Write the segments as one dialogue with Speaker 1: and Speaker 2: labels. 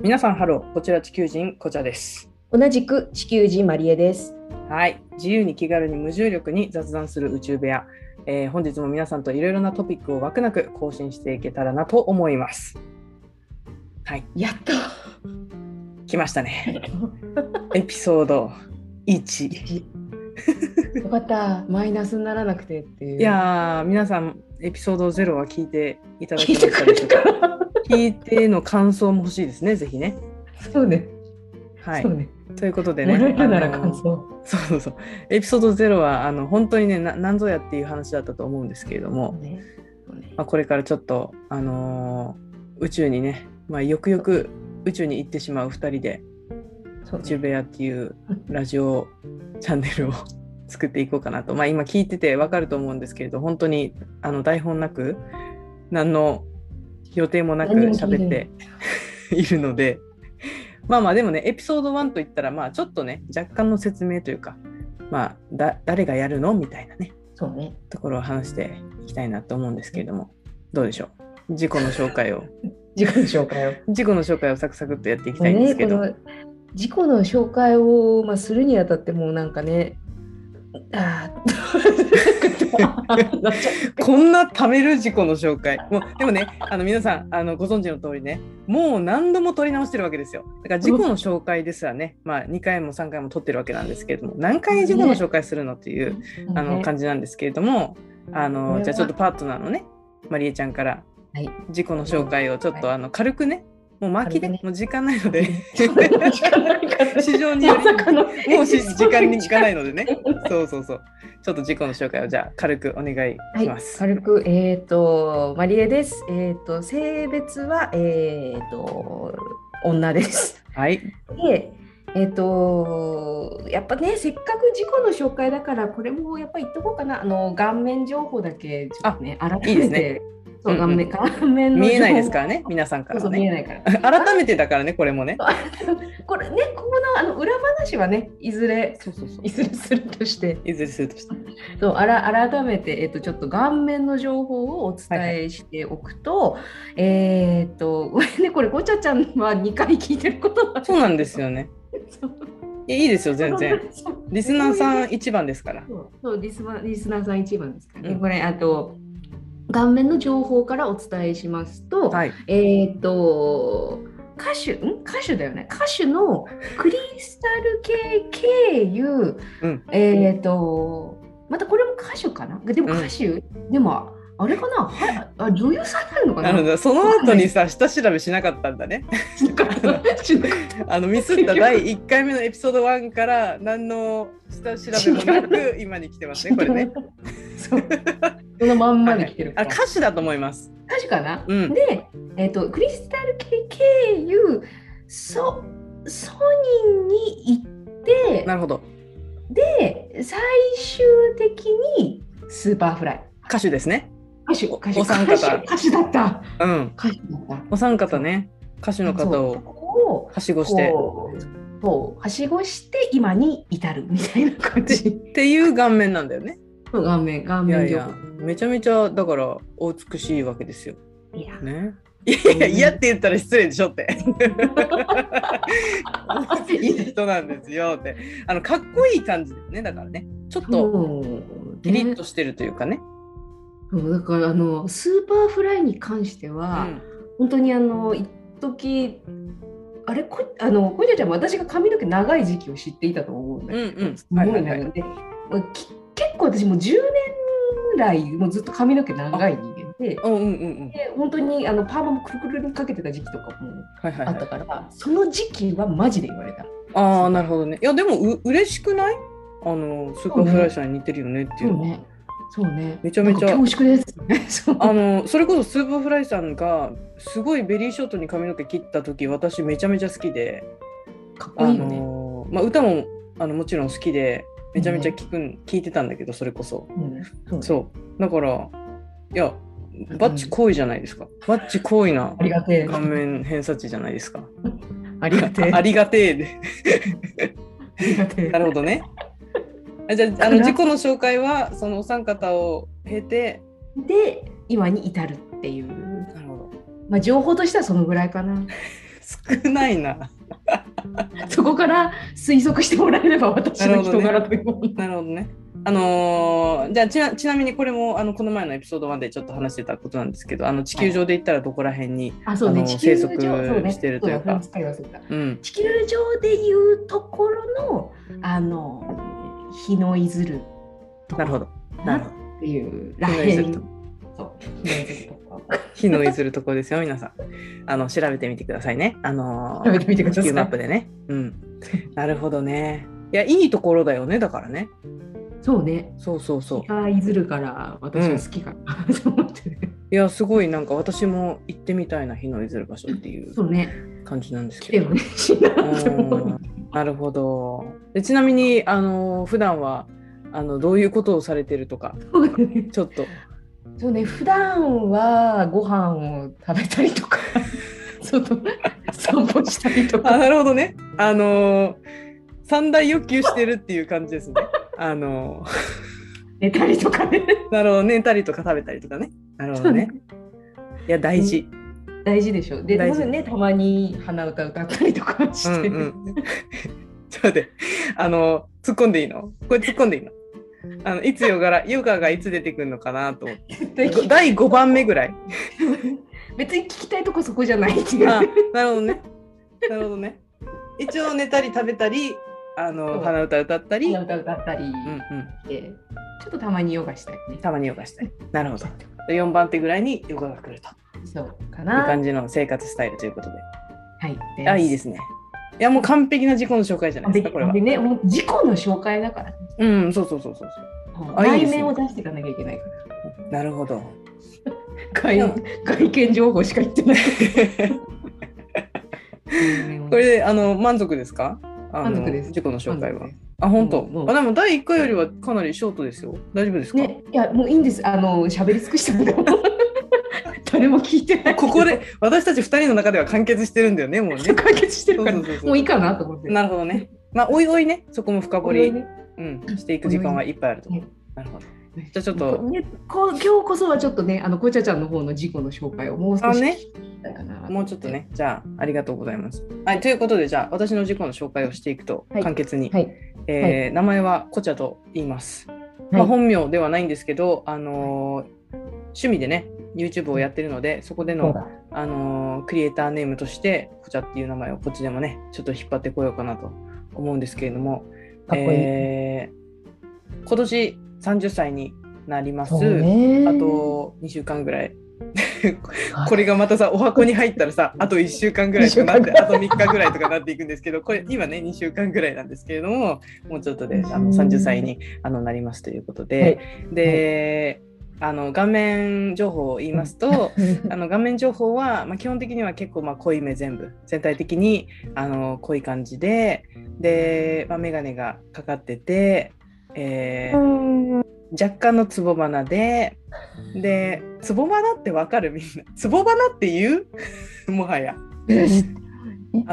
Speaker 1: 皆さんハロー、こちら地球人こちらです。
Speaker 2: 同じく地球人マリエです。
Speaker 1: はい、自由に気軽に無重力に雑談する宇宙部屋。えー本日も皆さんといろいろなトピックを枠なく更新していけたらなと思います。はい、
Speaker 2: やっと
Speaker 1: 来ましたね。 エピソード1。
Speaker 2: よかった。マイナスにならなくてっていう。
Speaker 1: いやー、皆さん、エピソード0は聞いていただけ
Speaker 2: 聞
Speaker 1: ま
Speaker 2: い
Speaker 1: し
Speaker 2: て
Speaker 1: た
Speaker 2: く
Speaker 1: で
Speaker 2: れ
Speaker 1: しょ
Speaker 2: る
Speaker 1: うか
Speaker 2: か。ら。
Speaker 1: 聞いての感想も欲しいですね、ぜひね。
Speaker 2: そうね。
Speaker 1: はい
Speaker 2: そ、うね。
Speaker 1: ということでね。
Speaker 2: もらえるなら
Speaker 1: あのー
Speaker 2: 感想。
Speaker 1: そうそうそうエピソード0はあの本当にねな何ぞやっていう話だったと思うんですけれども、
Speaker 2: ねそうね
Speaker 1: まあ、これからちょっと、あのー宇宙にね、まあ、よくよく宇宙に行ってしまう2人で
Speaker 2: そう
Speaker 1: 宇宙
Speaker 2: ね。
Speaker 1: 部屋っていうラジオチャンネルを 作っていこうかなと、まあ、今聞いててわかると思うんですけれど本当にあの台本なく何の予定もなく
Speaker 2: 何も聞いて
Speaker 1: 喋って いるのでまあまあでもねエピソード1といったらまあちょっとね若干の説明というかまあだ誰がやるのみたいなね
Speaker 2: そうね。
Speaker 1: ところを話していきたいなと思うんですけれどもどうでしょう自己の紹介を
Speaker 2: 自己の紹介を。
Speaker 1: 自己の紹介をサクサクっとやっていきたいんです
Speaker 2: ね、
Speaker 1: け
Speaker 2: こ
Speaker 1: ど、
Speaker 2: の自己の紹介をまあするにあたってもうなんかね。 あーなっちゃう
Speaker 1: こんな貯める自己の紹介もうでもねあの皆さんあのご存知の通りねもう何度も撮り直してるわけですよだから自己の紹介ですらね、まあ、2回も3回も撮ってるわけなんですけれども何回自己の紹介するのっていう、あの
Speaker 2: ね
Speaker 1: 感じなんですけれどもあ
Speaker 2: これ
Speaker 1: の
Speaker 2: は
Speaker 1: じゃあちょっとパートナーのねまりえちゃんから
Speaker 2: はい
Speaker 1: 自己の紹介をちょっとあの軽くねもう巻きで、
Speaker 2: 軽くね
Speaker 1: もう時間ないの で
Speaker 2: 時間ないか ら
Speaker 1: 市場によ
Speaker 2: ま
Speaker 1: り
Speaker 2: さかの
Speaker 1: もうし時間に行かない
Speaker 2: い。
Speaker 1: のでねそうそうそうちょっと自己の紹介をじゃあ軽くお願い
Speaker 2: は
Speaker 1: し
Speaker 2: い
Speaker 1: ます。、
Speaker 2: 軽く、えっ、と、マリエです。えっ、と、性別は、えっ、と、女です。
Speaker 1: はい
Speaker 2: で、えっ、と、やっぱね、せっかく事故の紹介だから、これもやっぱ言っとこうかな。あの、顔面情報だけ、ちょっとね、改めて。
Speaker 1: いいですね
Speaker 2: そ
Speaker 1: う
Speaker 2: う、
Speaker 1: んう
Speaker 2: 顔
Speaker 1: ん
Speaker 2: 面、顔面の情報
Speaker 1: 見えないですからね、皆さんか
Speaker 2: そ
Speaker 1: ら
Speaker 2: うそ
Speaker 1: は
Speaker 2: う、見え
Speaker 1: ね。
Speaker 2: ない から。
Speaker 1: 改めてだからね、これもね。
Speaker 2: これね、このあの裏話はね、いずれ、
Speaker 1: そうそうそう
Speaker 2: いずれするとして。
Speaker 1: いずれするとして。
Speaker 2: そうあら改めて、えっと、ちょっと顔面の情報をお伝えしておくと、えーっと ごめんねこれごちゃちゃんは2回聞いてることだ
Speaker 1: そうなんですよね。いやいいですよ、全然。
Speaker 2: そう
Speaker 1: リスナーさん一番ですから。
Speaker 2: そうそうリスナーリスナーさん一番ですからね、
Speaker 1: うん
Speaker 2: これあと顔面の情報からお伝えしますと、
Speaker 1: はい。
Speaker 2: えーっと歌手ん歌手だよね歌手のクリスタル系経由、
Speaker 1: うん
Speaker 2: えーっとまたこれも歌手かなでも
Speaker 1: うん
Speaker 2: 歌手、でもあれかなはあ女優さんになるのか
Speaker 1: な
Speaker 2: な
Speaker 1: るほど、その後にさ、下調べしなかったんだ ね。あのミスった第1回目のエピソード1から何の下調べもなく今に来て ますね、これね。
Speaker 2: そうそのまんまで来てる
Speaker 1: あ
Speaker 2: から、
Speaker 1: 歌手だと思います。
Speaker 2: 歌手かな、
Speaker 1: うん
Speaker 2: で、えっとクリスタル系経由ソソニーに行って
Speaker 1: なるほど。
Speaker 2: で最終的にスーパーフライ
Speaker 1: 歌手ですね。
Speaker 2: 歌手歌手
Speaker 1: お三方
Speaker 2: 歌手歌手だった
Speaker 1: うん。
Speaker 2: 歌手だった
Speaker 1: お三方ね、歌手の方
Speaker 2: そう
Speaker 1: を
Speaker 2: こ
Speaker 1: はしご
Speaker 2: う
Speaker 1: して。
Speaker 2: こうこうはしごして今に至るみたいな感 じ
Speaker 1: っていう顔面なんだよね。
Speaker 2: 顔面顔
Speaker 1: いや
Speaker 2: 面
Speaker 1: い
Speaker 2: 情
Speaker 1: や
Speaker 2: 報、
Speaker 1: めちゃめちゃだからお美しいわけですよ。
Speaker 2: いや
Speaker 1: ね。いやいや、
Speaker 2: うん
Speaker 1: 嫌って言ったら失礼でしょって。
Speaker 2: いや
Speaker 1: いい人なんですよって。あのかっこいい感じだよね、だからね。ちょっと
Speaker 2: もう
Speaker 1: キリッ
Speaker 2: ね
Speaker 1: としてるというかね。
Speaker 2: そうだからあのスーパーフライに関して
Speaker 1: う
Speaker 2: は、
Speaker 1: ん、
Speaker 2: 本当にあの一時あれこあのこいちゃんちゃんも私が髪の毛長い時期を知っていたと思うんだ
Speaker 1: う
Speaker 2: け
Speaker 1: ん、うん
Speaker 2: ど、すごい
Speaker 1: は
Speaker 2: 長
Speaker 1: い
Speaker 2: い、
Speaker 1: はいはい。
Speaker 2: でまあき結構私もう10年ぐらいもうずっと髪の毛長い人間で
Speaker 1: うんうんうんうん。
Speaker 2: で本当にあのパーマもくるくるにかけてた時期とかも
Speaker 1: はいはい
Speaker 2: あ
Speaker 1: は
Speaker 2: った
Speaker 1: い。
Speaker 2: から、その時期はマジで言われた。
Speaker 1: ああ、なるほどね。いや、でもう嬉しくないあの、スーパーフライさんに似てるよねっていうのは。
Speaker 2: そうね
Speaker 1: めちゃめちゃ
Speaker 2: なんか恐縮ですね。 そう
Speaker 1: あのそれこそスーパーフライさんがすごいベリーショートに髪の毛切った時私めちゃめちゃ好きで、
Speaker 2: かっこ
Speaker 1: あ
Speaker 2: いいよね。
Speaker 1: のーまあ、歌もあのもちろん好きでめちゃめちゃ聞くん、聞いてたんだけどそれこそ
Speaker 2: うんそう
Speaker 1: そうだからいやバッチ行為じゃないですか、バッチ行為な
Speaker 2: ありがてえ。
Speaker 1: 顔面偏差値じゃないですか
Speaker 2: ありがてえ。
Speaker 1: ありがてえで
Speaker 2: ありがてえ
Speaker 1: なるほどねあじゃああの自己の紹介はそのお三方を経て
Speaker 2: で今に至るっていう、
Speaker 1: なるほど
Speaker 2: まあ、情報としてはそのぐらいかな。
Speaker 1: 少ないな。
Speaker 2: そこから推測してもらえれば私の人柄というもの
Speaker 1: なるほどね。あのーじゃあちなちなみにこれもあのこの前のエピソード1でちょっと話してたことなんですけどあの地球上で言ったらどこら辺に、
Speaker 2: あ、そうね、
Speaker 1: あの
Speaker 2: 地球上
Speaker 1: 生息
Speaker 2: そうね
Speaker 1: してるというか
Speaker 2: そうだフランス海
Speaker 1: うん
Speaker 2: 地球上でいうところのあの日のいずるとこ
Speaker 1: なるほ
Speaker 2: ろ
Speaker 1: どな
Speaker 2: な
Speaker 1: る
Speaker 2: っ
Speaker 1: ほど
Speaker 2: ていうら
Speaker 1: 日の
Speaker 2: へ
Speaker 1: いずると
Speaker 2: んそう日のいず
Speaker 1: 火のいず
Speaker 2: るところ
Speaker 1: るところですよ皆さんあの調べてみてくださいねあのー
Speaker 2: 調べてみてください
Speaker 1: 地球マップでねうんなるほどねいやいいところだよねだからね
Speaker 2: そうね
Speaker 1: そうそうそう
Speaker 2: 日がいずるから私は好きかな、と思ってね
Speaker 1: いやすごいなんか私も行ってみたいな火のいずる場所っていう
Speaker 2: そうね
Speaker 1: 感じなんです
Speaker 2: 来
Speaker 1: け
Speaker 2: て
Speaker 1: ど
Speaker 2: ほしいなと思う
Speaker 1: うんなるほどでちなみにあのー普段はあのどういうことをされてるとか
Speaker 2: そうね
Speaker 1: ちょっと
Speaker 2: そうね、普段はご飯を食べたりとか、 外散歩したりと
Speaker 1: あ
Speaker 2: か、
Speaker 1: なるほどね。あのー三大欲求してるっていう感じですね。 あのー
Speaker 2: 寝たりとかね。
Speaker 1: なるほど寝たりとか食べたりとかね。なるほどね。いや大事。
Speaker 2: 大事でしょ。で、
Speaker 1: 大
Speaker 2: ま
Speaker 1: 事
Speaker 2: ずね、たまに鼻歌歌ったりとか
Speaker 1: う
Speaker 2: し
Speaker 1: ん
Speaker 2: て、
Speaker 1: うん。 ちょっと待ってあのー突っ込んでいいの？これ突っ込んでいいの？あのいつヨガラヨガがいつ出てくるのかなと思って。
Speaker 2: 絶対聞
Speaker 1: ご
Speaker 2: き
Speaker 1: 第五番目ぐらい。
Speaker 2: 別に聞きたいとこそこじゃないっていう
Speaker 1: あ なるほどね。なるほどね。一応寝たり食べたりあ
Speaker 2: そ
Speaker 1: の
Speaker 2: う
Speaker 1: ー鼻歌歌ったり。う
Speaker 2: 鼻
Speaker 1: ん
Speaker 2: 歌歌ったり、
Speaker 1: うん。
Speaker 2: でちょっとたまにヨガしたりね。
Speaker 1: たまにヨガしたり。なるほど。四番手ぐらいにヨガが来ると。
Speaker 2: そうか
Speaker 1: いい
Speaker 2: な。
Speaker 1: 感じの生活スタイルということで。
Speaker 2: はい。。
Speaker 1: あ、いいですすね。いや、もう完璧な自己の紹介じゃないです
Speaker 2: で
Speaker 1: か、これは
Speaker 2: で。ね、もう自己の紹介だから、
Speaker 1: うん、そうそうそうそうあいい
Speaker 2: 内
Speaker 1: ですね
Speaker 2: 面を出していかなきゃいけないから。
Speaker 1: そう。なるほど。
Speaker 2: 外外見情報しか言ってない。
Speaker 1: これで、あの、満足ですか。あ
Speaker 2: 満
Speaker 1: の
Speaker 2: 足です
Speaker 1: 自己の紹介
Speaker 2: ま
Speaker 1: は
Speaker 2: ず。ね
Speaker 1: あ、本
Speaker 2: もうも
Speaker 1: 当。
Speaker 2: う
Speaker 1: あ、でも、第一回よりはかなりショートですよ。大丈夫ですか。
Speaker 2: ね、いやもういいんです。あの喋り尽くしたんだ。 誰も聞いてない。
Speaker 1: ここで、私たち二人の中では完結してるんだよね、もうね。
Speaker 2: そう 解決してるから、
Speaker 1: そうそうそうそう
Speaker 2: もういいかなと思って。
Speaker 1: なるほどね。まあ、おいおいね、そこも深掘
Speaker 2: これ
Speaker 1: り、
Speaker 2: ね
Speaker 1: うん、していく時間はいっぱいあると思う
Speaker 2: おい。
Speaker 1: なるほど。じゃあちょっと
Speaker 2: ねこ今日こそはちょっとね、あのこちゃちゃんの方の事故の紹介をもう少し
Speaker 1: あね
Speaker 2: 聞きたいかなと思て
Speaker 1: もうちょっと。ね、じゃあ、ありがとうございます。はい、ということで、じゃあ、私の自己の紹介をしていくと、
Speaker 2: はい
Speaker 1: 簡潔に、
Speaker 2: はい。
Speaker 1: えー名前はコチャと言います。ま
Speaker 2: は
Speaker 1: あ、
Speaker 2: い。
Speaker 1: 本名ではないんですけど、あのー趣味でね、YouTube をやってるので、そこで
Speaker 2: そう
Speaker 1: の、
Speaker 2: だ
Speaker 1: あのークリエイターネームとして、コチャっていう名前をこっちでもね、ちょっと引っ張ってこようかなと思うんですけれども、
Speaker 2: かっこいい
Speaker 1: えー今年30歳になります。
Speaker 2: そうね
Speaker 1: あ、と2週間ぐらいこれがまたさお箱に入ったらさあと1週間ぐらいとかなって
Speaker 2: 一週間
Speaker 1: あと3日ぐらいとかなっていくんですけどこれ今ね2週間ぐらいなんですけれどももうちょっとであの30歳にあのなりますということで、で、あの画面情報を言いますと。あの画面情報は、まあ、基本的には結構まあ濃いめ全部全体的にあの濃い感じでで、まあ、眼鏡がかかってて、えー若干のツボ花ででツボ花ってわかるみんなツボ花って言うもはや あ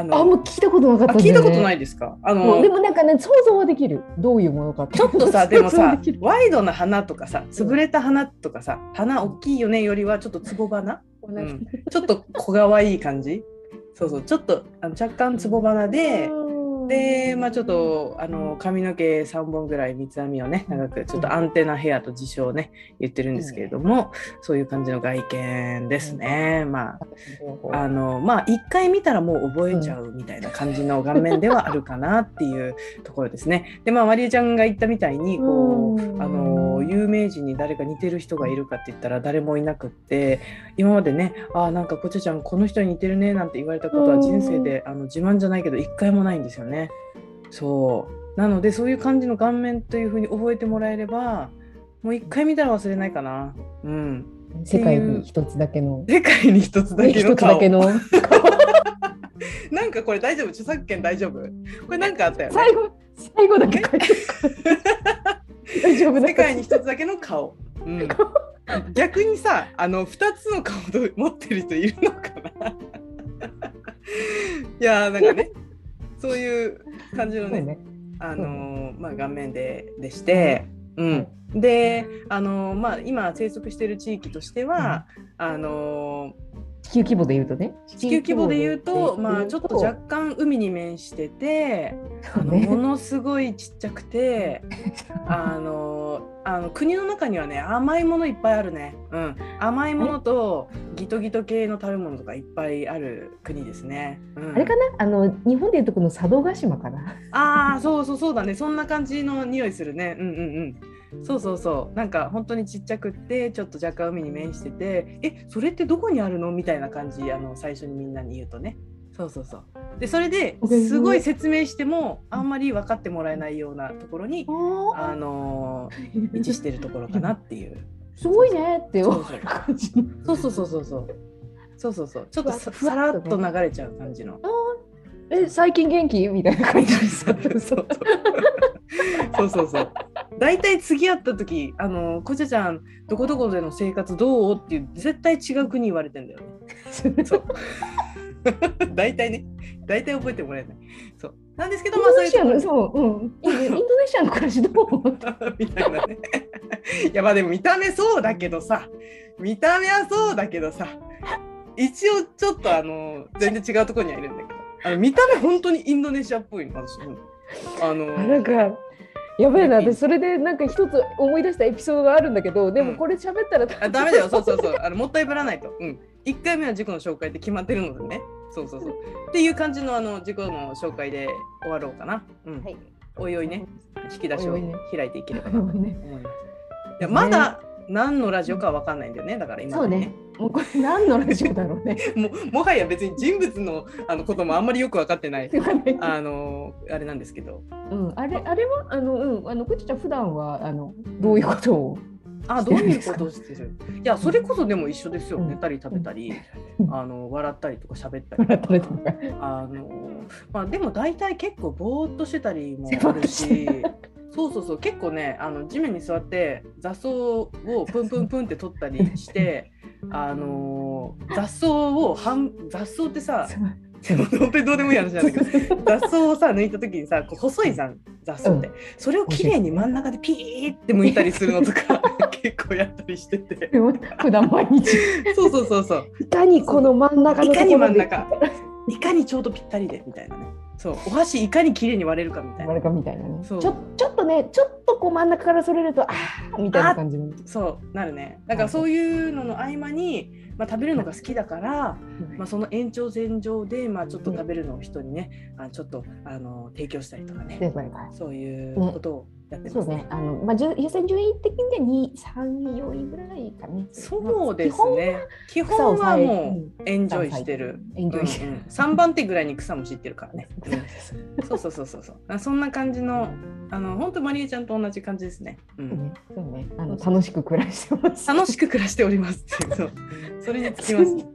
Speaker 3: あ
Speaker 1: の
Speaker 3: もう聞いたことなかっ
Speaker 1: あ
Speaker 3: た、。
Speaker 1: 聞いたことないいですかあ
Speaker 3: も
Speaker 1: の
Speaker 3: うでもなんかね想像はできる。どういうものかって。
Speaker 1: ちょっとさで も
Speaker 3: 想像
Speaker 1: さ
Speaker 3: できる
Speaker 1: ワイドな花とかさ潰れた花とかさ花大きいよねよりはちょっとツボ花、うん、ちょっと小可愛い感じそうそうちょっとあの若干ツボ花ででまあちょっとあの髪の毛3本ぐらい三つ編みをね長くちょっとアンテナヘアと自称ね言ってるんですけれども、そういう感じの外見ですね、まああのまあ一回見たらもう覚えちゃうみたいな感じの顔面ではあるかなっていうところですね。でまあまりえちゃんが言ったみたいにこう、
Speaker 3: うん
Speaker 1: あの有名人に誰か似てる人がいるかって言ったら誰もいなくって今までね「あーなんかこちゃちゃんこの人に似てるね」なんて言われたことは
Speaker 3: うん
Speaker 1: 人生であの自慢じゃないけど一回もないんですよね。そうなのでそういう感じの顔面というふうに覚えてもらえればもう一回見たら忘れないかな。うん、
Speaker 3: 世界に一つだけの。
Speaker 1: 世界に一つだけ
Speaker 3: 一
Speaker 1: の
Speaker 3: つだ
Speaker 1: 顔
Speaker 3: けの。
Speaker 1: なんかこれ大丈夫著作権大丈夫これなんかあったよね
Speaker 3: 最後最後だけ書いてるから。大丈夫だ
Speaker 1: 世界に一つだけの顔、うん、逆にさあの2つの顔と持ってる人いるのかな いやーなんかねそういう感じのね
Speaker 3: ね。
Speaker 1: あのーまあ、顔面ででして、うん、で、あのーまあ、今生息している地域としては、あのー
Speaker 2: 地球規模で言うとね。
Speaker 1: 地球規模で言うと、まあちょっと若
Speaker 2: 干
Speaker 1: 干海に面してて、あの
Speaker 2: ね
Speaker 1: ものすごいちっちゃくて、あのあの国の中にはね甘いものいっぱいあるね。うん、甘いものとギトギト系の食べ物とかいっぱいある国ですね。うん、
Speaker 2: あれかなあの日本で言うとこの佐渡島かな。
Speaker 1: ああそうそうそうだねそんな感じの匂いするねうんうんうんそうそうそうなんか本当にちっちゃくってちょっと若干海に面しててえそれってどこにあるのみたいな感じあの最初にみんなに言うとねそうそうそうでそれで
Speaker 2: わかります
Speaker 1: すごい説明してもあんまり分かってもらえないようなところにあのー位置してるところかなっていう
Speaker 2: すごいねって
Speaker 1: そ
Speaker 2: 思う
Speaker 1: うそう
Speaker 2: 感じの。
Speaker 1: そうそうそうそうそうそうそうそうちょっとさ
Speaker 2: ふわ
Speaker 1: さ
Speaker 2: ふわ
Speaker 1: ら
Speaker 2: っと
Speaker 1: っ
Speaker 2: ね
Speaker 1: と流れちゃう感じの
Speaker 2: え最近元気みたいな感じです
Speaker 1: そ。うそうそうそうそう大体次会った時「あのこちゃちゃんどこどこでの生活どう?」っていう絶対違う国言われてんだよね そう 大体ね大体覚えてもらえないそうなんですけど
Speaker 2: イン
Speaker 1: まあ
Speaker 2: ド
Speaker 1: そう
Speaker 2: ネ
Speaker 1: いうとこ
Speaker 2: シアのそう、うん、いいねインドネシアの暮らしどう思って
Speaker 1: みたいなね。いやまあでも見た目そうだけどさ見た目はそうだけどさ一応ちょっとあの全然違うところにはいるんだけどあの見た目本当にインドネシアっぽいの私うんあの
Speaker 2: あなんかやべえな私それでなんか一つ思い出したエピソードがあるんだけどでもこれ喋ったら
Speaker 1: あダメだよ、そうそうそう、あのもったいぶらないと。うん。1回目は自己の紹介って決まってるのでね。そうそうそう。っていう感じのあの自己の紹介で終わろうかな。うん。
Speaker 2: はい
Speaker 1: おいおいね、引き出しを
Speaker 2: おいおいね
Speaker 1: 開いていければなと
Speaker 2: ね
Speaker 1: 思います。いやまだ何のラジオかわかんないんだよね、だから今
Speaker 2: そ
Speaker 1: ま
Speaker 2: う
Speaker 1: で
Speaker 2: ね。もうこれ何のラジオだ ろうね
Speaker 1: ももはや別に人物のあのこともあんまりよく分かってない、あのあれなんですけど。
Speaker 2: うんあれあれはあのうんあのこちちゃん普段はあのどういうことを
Speaker 1: あ
Speaker 2: し
Speaker 1: ど
Speaker 2: て
Speaker 1: う
Speaker 2: るん
Speaker 1: い
Speaker 2: で
Speaker 1: う
Speaker 2: す
Speaker 1: こ
Speaker 2: か
Speaker 1: とをしてるいや、それこそでも一緒ですよ。
Speaker 2: うん
Speaker 1: 寝たり食べたり、
Speaker 2: うん
Speaker 1: あの笑ったりとか喋ったり
Speaker 2: 笑
Speaker 1: と
Speaker 2: ったり
Speaker 1: か
Speaker 2: と。か
Speaker 1: あのまあでも大体結構ぼーっとしてたりもあるし
Speaker 2: ぼーっとして。
Speaker 1: そうそうそう結構ねあの地面に座って雑草をプンプンプンって取ったりしてあの雑草を半雑草ってさ
Speaker 2: そう
Speaker 1: 本当にどうでもいい話なんだけど雑草をさ抜いた時にさこう細いじゃん雑草って、
Speaker 2: う
Speaker 1: それを綺麗に真ん中でピーって剥いたりするのとか 結構やったりしてて
Speaker 2: でも 普段毎日
Speaker 1: そうそうそうそう
Speaker 2: いかにこの真ん中の
Speaker 1: いか
Speaker 2: ところ
Speaker 1: に真ん中いかにちょうどぴったりでみたいなねそうお箸いかに綺麗に割れるかみたい
Speaker 2: 真ん
Speaker 1: な
Speaker 2: 中みたいなねち
Speaker 1: そ
Speaker 2: ょ
Speaker 1: う
Speaker 2: ちょっとねちょっとこう真ん中からそれるとああみたいな感じの
Speaker 1: そうなるねだからそういうのの合間に、まあ、食べるのが好きだから、まあ、その延長線上で、まあ、ちょっと食べるのを人にねあちょっとあの提供したりとかね
Speaker 2: でこれが
Speaker 1: そういうことをやって
Speaker 2: そ
Speaker 1: ま
Speaker 2: う
Speaker 1: すね
Speaker 2: ね、あの、まあ、じゅ優先順位的には2、3、4位ぐらいかね。
Speaker 1: そうです
Speaker 2: 基本
Speaker 1: ね基
Speaker 2: 草を
Speaker 1: 本は
Speaker 2: 抑え
Speaker 1: もうエンジョイしてる。
Speaker 2: エンジョイして
Speaker 1: う
Speaker 2: る
Speaker 1: んうん3番手ぐらいに草も知ってるからね。うん
Speaker 2: そう
Speaker 1: そうそうそうそうそう。あそんな感じの、あの本当マリエちゃんと同じ感じですね。うん、
Speaker 2: ね、そうね、あの、楽しく暮らしてます。
Speaker 1: 楽しく暮らしておりますっていうそうそれにつきます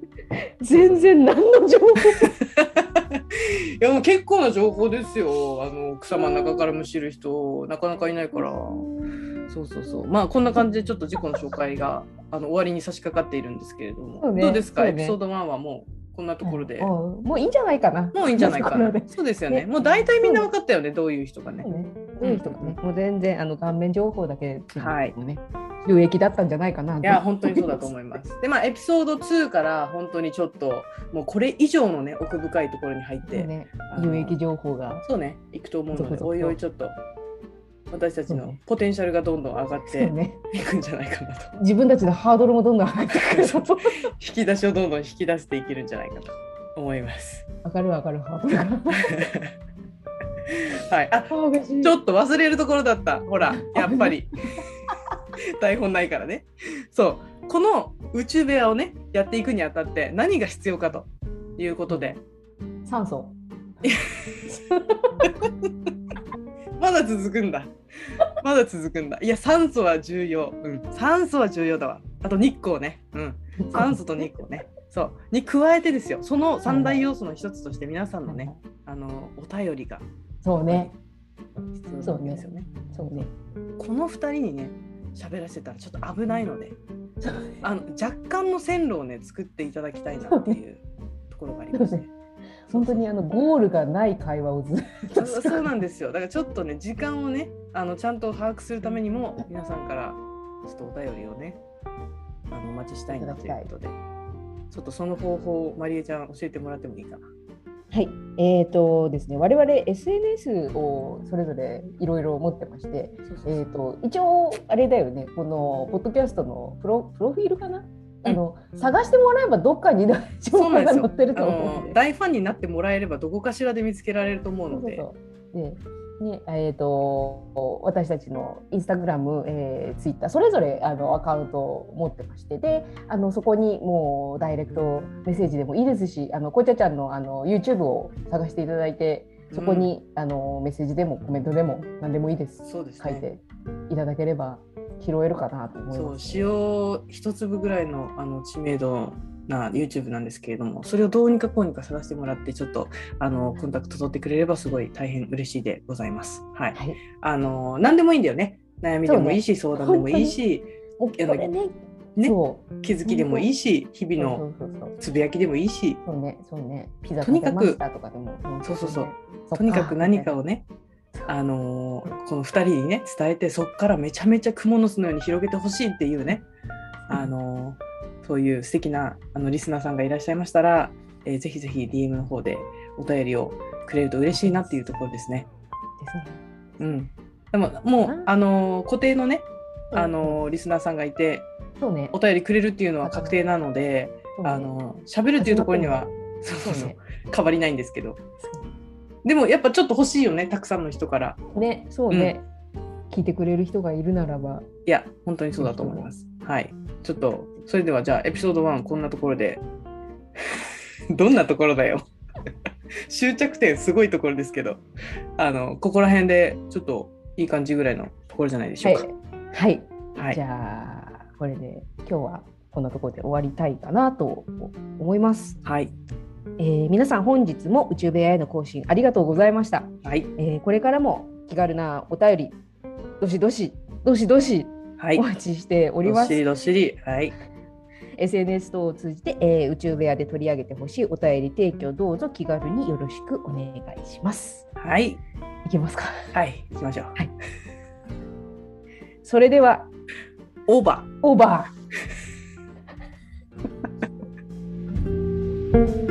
Speaker 2: 全然何の情報も。
Speaker 1: いやもう結構な情報ですよあの草間の中からむしる人なかなかいないからそうそうそうまあこんな感じでちょっと事故の紹介があの終わりに差し掛かっているんですけれど
Speaker 2: そう
Speaker 1: も、
Speaker 2: ね
Speaker 1: どうですか、
Speaker 2: そう
Speaker 1: エ
Speaker 2: ね
Speaker 1: ピソード1はもうこんなところで、
Speaker 2: うんもういいんじゃないかな。
Speaker 1: もういいんじゃないか
Speaker 2: こん
Speaker 1: な
Speaker 2: ところで
Speaker 1: そうですよね
Speaker 2: ね
Speaker 1: もう大体みんな分かったよねどういう人がね
Speaker 2: そうねどういう人かね、もう全然あの顔面情報だけで
Speaker 1: はい
Speaker 2: もね、有益だったんじゃないかな。
Speaker 1: いや本当にそうだと思います。でまあエピソード2から本当にちょっともうこれ以上のね奥深いところに入っ
Speaker 2: そう
Speaker 1: て、
Speaker 2: ね、
Speaker 1: あの
Speaker 2: 有益情報が。
Speaker 1: そうねいくと思うの
Speaker 2: そう
Speaker 1: で
Speaker 2: そうそう
Speaker 1: おいおいちょっと私たち
Speaker 2: そう
Speaker 1: の
Speaker 2: ね
Speaker 1: ポテンシャルがどんどん上がっ
Speaker 2: そう
Speaker 1: て
Speaker 2: ね、
Speaker 1: いくんじゃないかなと
Speaker 2: 自分たちのハードルもどんどん上がってくる。
Speaker 1: 引き出しをどんどん引き出していけるんじゃないかと思います。
Speaker 2: わかるわかるハードルが。
Speaker 1: はい、あ
Speaker 2: あおかしい
Speaker 1: ちょっと忘れるところだったほらやっぱ り台本ないからねそうこの宇宙部屋をねやっていくにあたって何が必要かということで
Speaker 2: 酸素。
Speaker 1: まだ続くんだ。まだ続くんだ。いや、酸素は重要。うん、酸素は重要だわ。あと日光ね。うん、酸素と日光ね。そう、に加えてですよ。その三大要素の一つとして、皆さんのね、。あの、お便りが
Speaker 2: そうね。
Speaker 1: 必要なんですよね。
Speaker 2: そうね。
Speaker 1: この二人にね、喋らせたら、ちょっと危ないので。あの、若干の線路をね、作っていただきたいなっていうところがありますね。
Speaker 2: 本当にあのゴールがない会話をずっ
Speaker 1: そ
Speaker 2: と
Speaker 1: う
Speaker 2: す
Speaker 1: そう
Speaker 2: る。
Speaker 1: なんですよ。だからちょっとね時間をねあのちゃんと把握するためにも皆さんからちょっとお便りをねあのお待ちしたいなということでちょっとその方法をまりえちゃん教えてもらってもいいかな。
Speaker 2: はい、えっ、とですね、我々 SNS をそれぞれいろいろ持ってまして、えっ、と一応あれだよね、このポッドキャストのプロプロフィールかな、あの探してもらえばどっかに情
Speaker 1: そう
Speaker 2: 報
Speaker 1: なんで
Speaker 2: が
Speaker 1: す
Speaker 2: 載
Speaker 1: よ
Speaker 2: ってる
Speaker 1: あ
Speaker 2: と思うん
Speaker 1: の
Speaker 2: で。
Speaker 1: 大ファンになってもらえればどこかしらで見つけられると思うので
Speaker 2: そうそうそうで、ねえー、と私たちのインスタグラム、えツイッター Twitter それぞれあのアカウントを持ってましてであのそこにもうダイレクトメッセージでもいいですしあのこいちゃちゃんのあの YouTube を探していただいてそこに、あのメッセージでもコメントでも何でもいいです
Speaker 1: そうです
Speaker 2: 書い
Speaker 1: ね
Speaker 2: ていただければ拾えるかなと思い
Speaker 1: そ
Speaker 2: ま
Speaker 1: う
Speaker 2: す。
Speaker 1: 塩一粒ぐらいのあの知名度な YouTube なんですけれどもそれをどうにかこうにか探してもらってちょっとあのコンタクト取ってくれればすごい大変嬉しいでございます。はい、
Speaker 2: はい、
Speaker 1: あの何でもいいんだよね悩みでもいいし、相談でもいいし、
Speaker 2: もうこれね
Speaker 1: ね
Speaker 2: そう
Speaker 1: 気づきでもいいし日々
Speaker 2: そ
Speaker 1: の
Speaker 2: うそうそう
Speaker 1: つぶやきでもいいし
Speaker 2: そうねそうねピザ
Speaker 1: とに
Speaker 2: 食
Speaker 1: か
Speaker 2: べ
Speaker 1: く
Speaker 2: ましたとかでもん
Speaker 1: そうそうそう
Speaker 2: ね
Speaker 1: とにかく何か
Speaker 2: を
Speaker 1: をねあのーこの2人にね伝えてそっからめちゃめちゃ蜘蛛の巣のように広げてほしいっていうねあのーそういう素敵なあのリスナーさんがいらっしゃいましたら、えーぜひぜひ DM の方でお便りをくれると嬉しいなっていうところですね。
Speaker 2: ですね
Speaker 1: うん、でももう、あのー固定のね、あ
Speaker 2: うん
Speaker 1: のーリスナーさんがいて
Speaker 2: そうね
Speaker 1: お便りくれるっていうのは確定なので、
Speaker 2: そうね
Speaker 1: あのー喋るっていうところにはそう
Speaker 2: そ
Speaker 1: そううそう
Speaker 2: ね
Speaker 1: 変わりないんですけどでもやっぱちょっと欲しいよねたくさんの人から。
Speaker 2: ねそうね、聞いてくれる人がいるならば
Speaker 1: いや、本当にそうだと思います。はい。ちょっと、それではじゃあ、エピソード1、こんなところで。 どんなところだよ。 終着点、すごいところですけど、あの、ここら辺で、ちょっと、いい感じぐらいのところじゃないでし
Speaker 2: は
Speaker 1: ょ
Speaker 2: いう
Speaker 1: か。
Speaker 2: はい、
Speaker 1: はい。
Speaker 2: じゃあこれで今日はこんなところで終わりたいかなと思います、
Speaker 1: はい。
Speaker 2: えー皆さん本日も宇宙部屋への更新ありがとうございました、
Speaker 1: はい。
Speaker 2: えーこれからも気軽なお便りどしどしどしどし
Speaker 1: はい
Speaker 2: お。待ちしており
Speaker 1: ど
Speaker 2: ま
Speaker 1: っし
Speaker 2: す、
Speaker 1: りどっしり。はい。
Speaker 2: SNS 等を通じて、えー宇宙部屋で取り上げてほしいお便り提供どうぞ気軽によろしくお願いします
Speaker 1: はい。
Speaker 2: いけますか
Speaker 1: はい。行きましょう。
Speaker 2: それでは
Speaker 1: オーバー。
Speaker 2: オーバー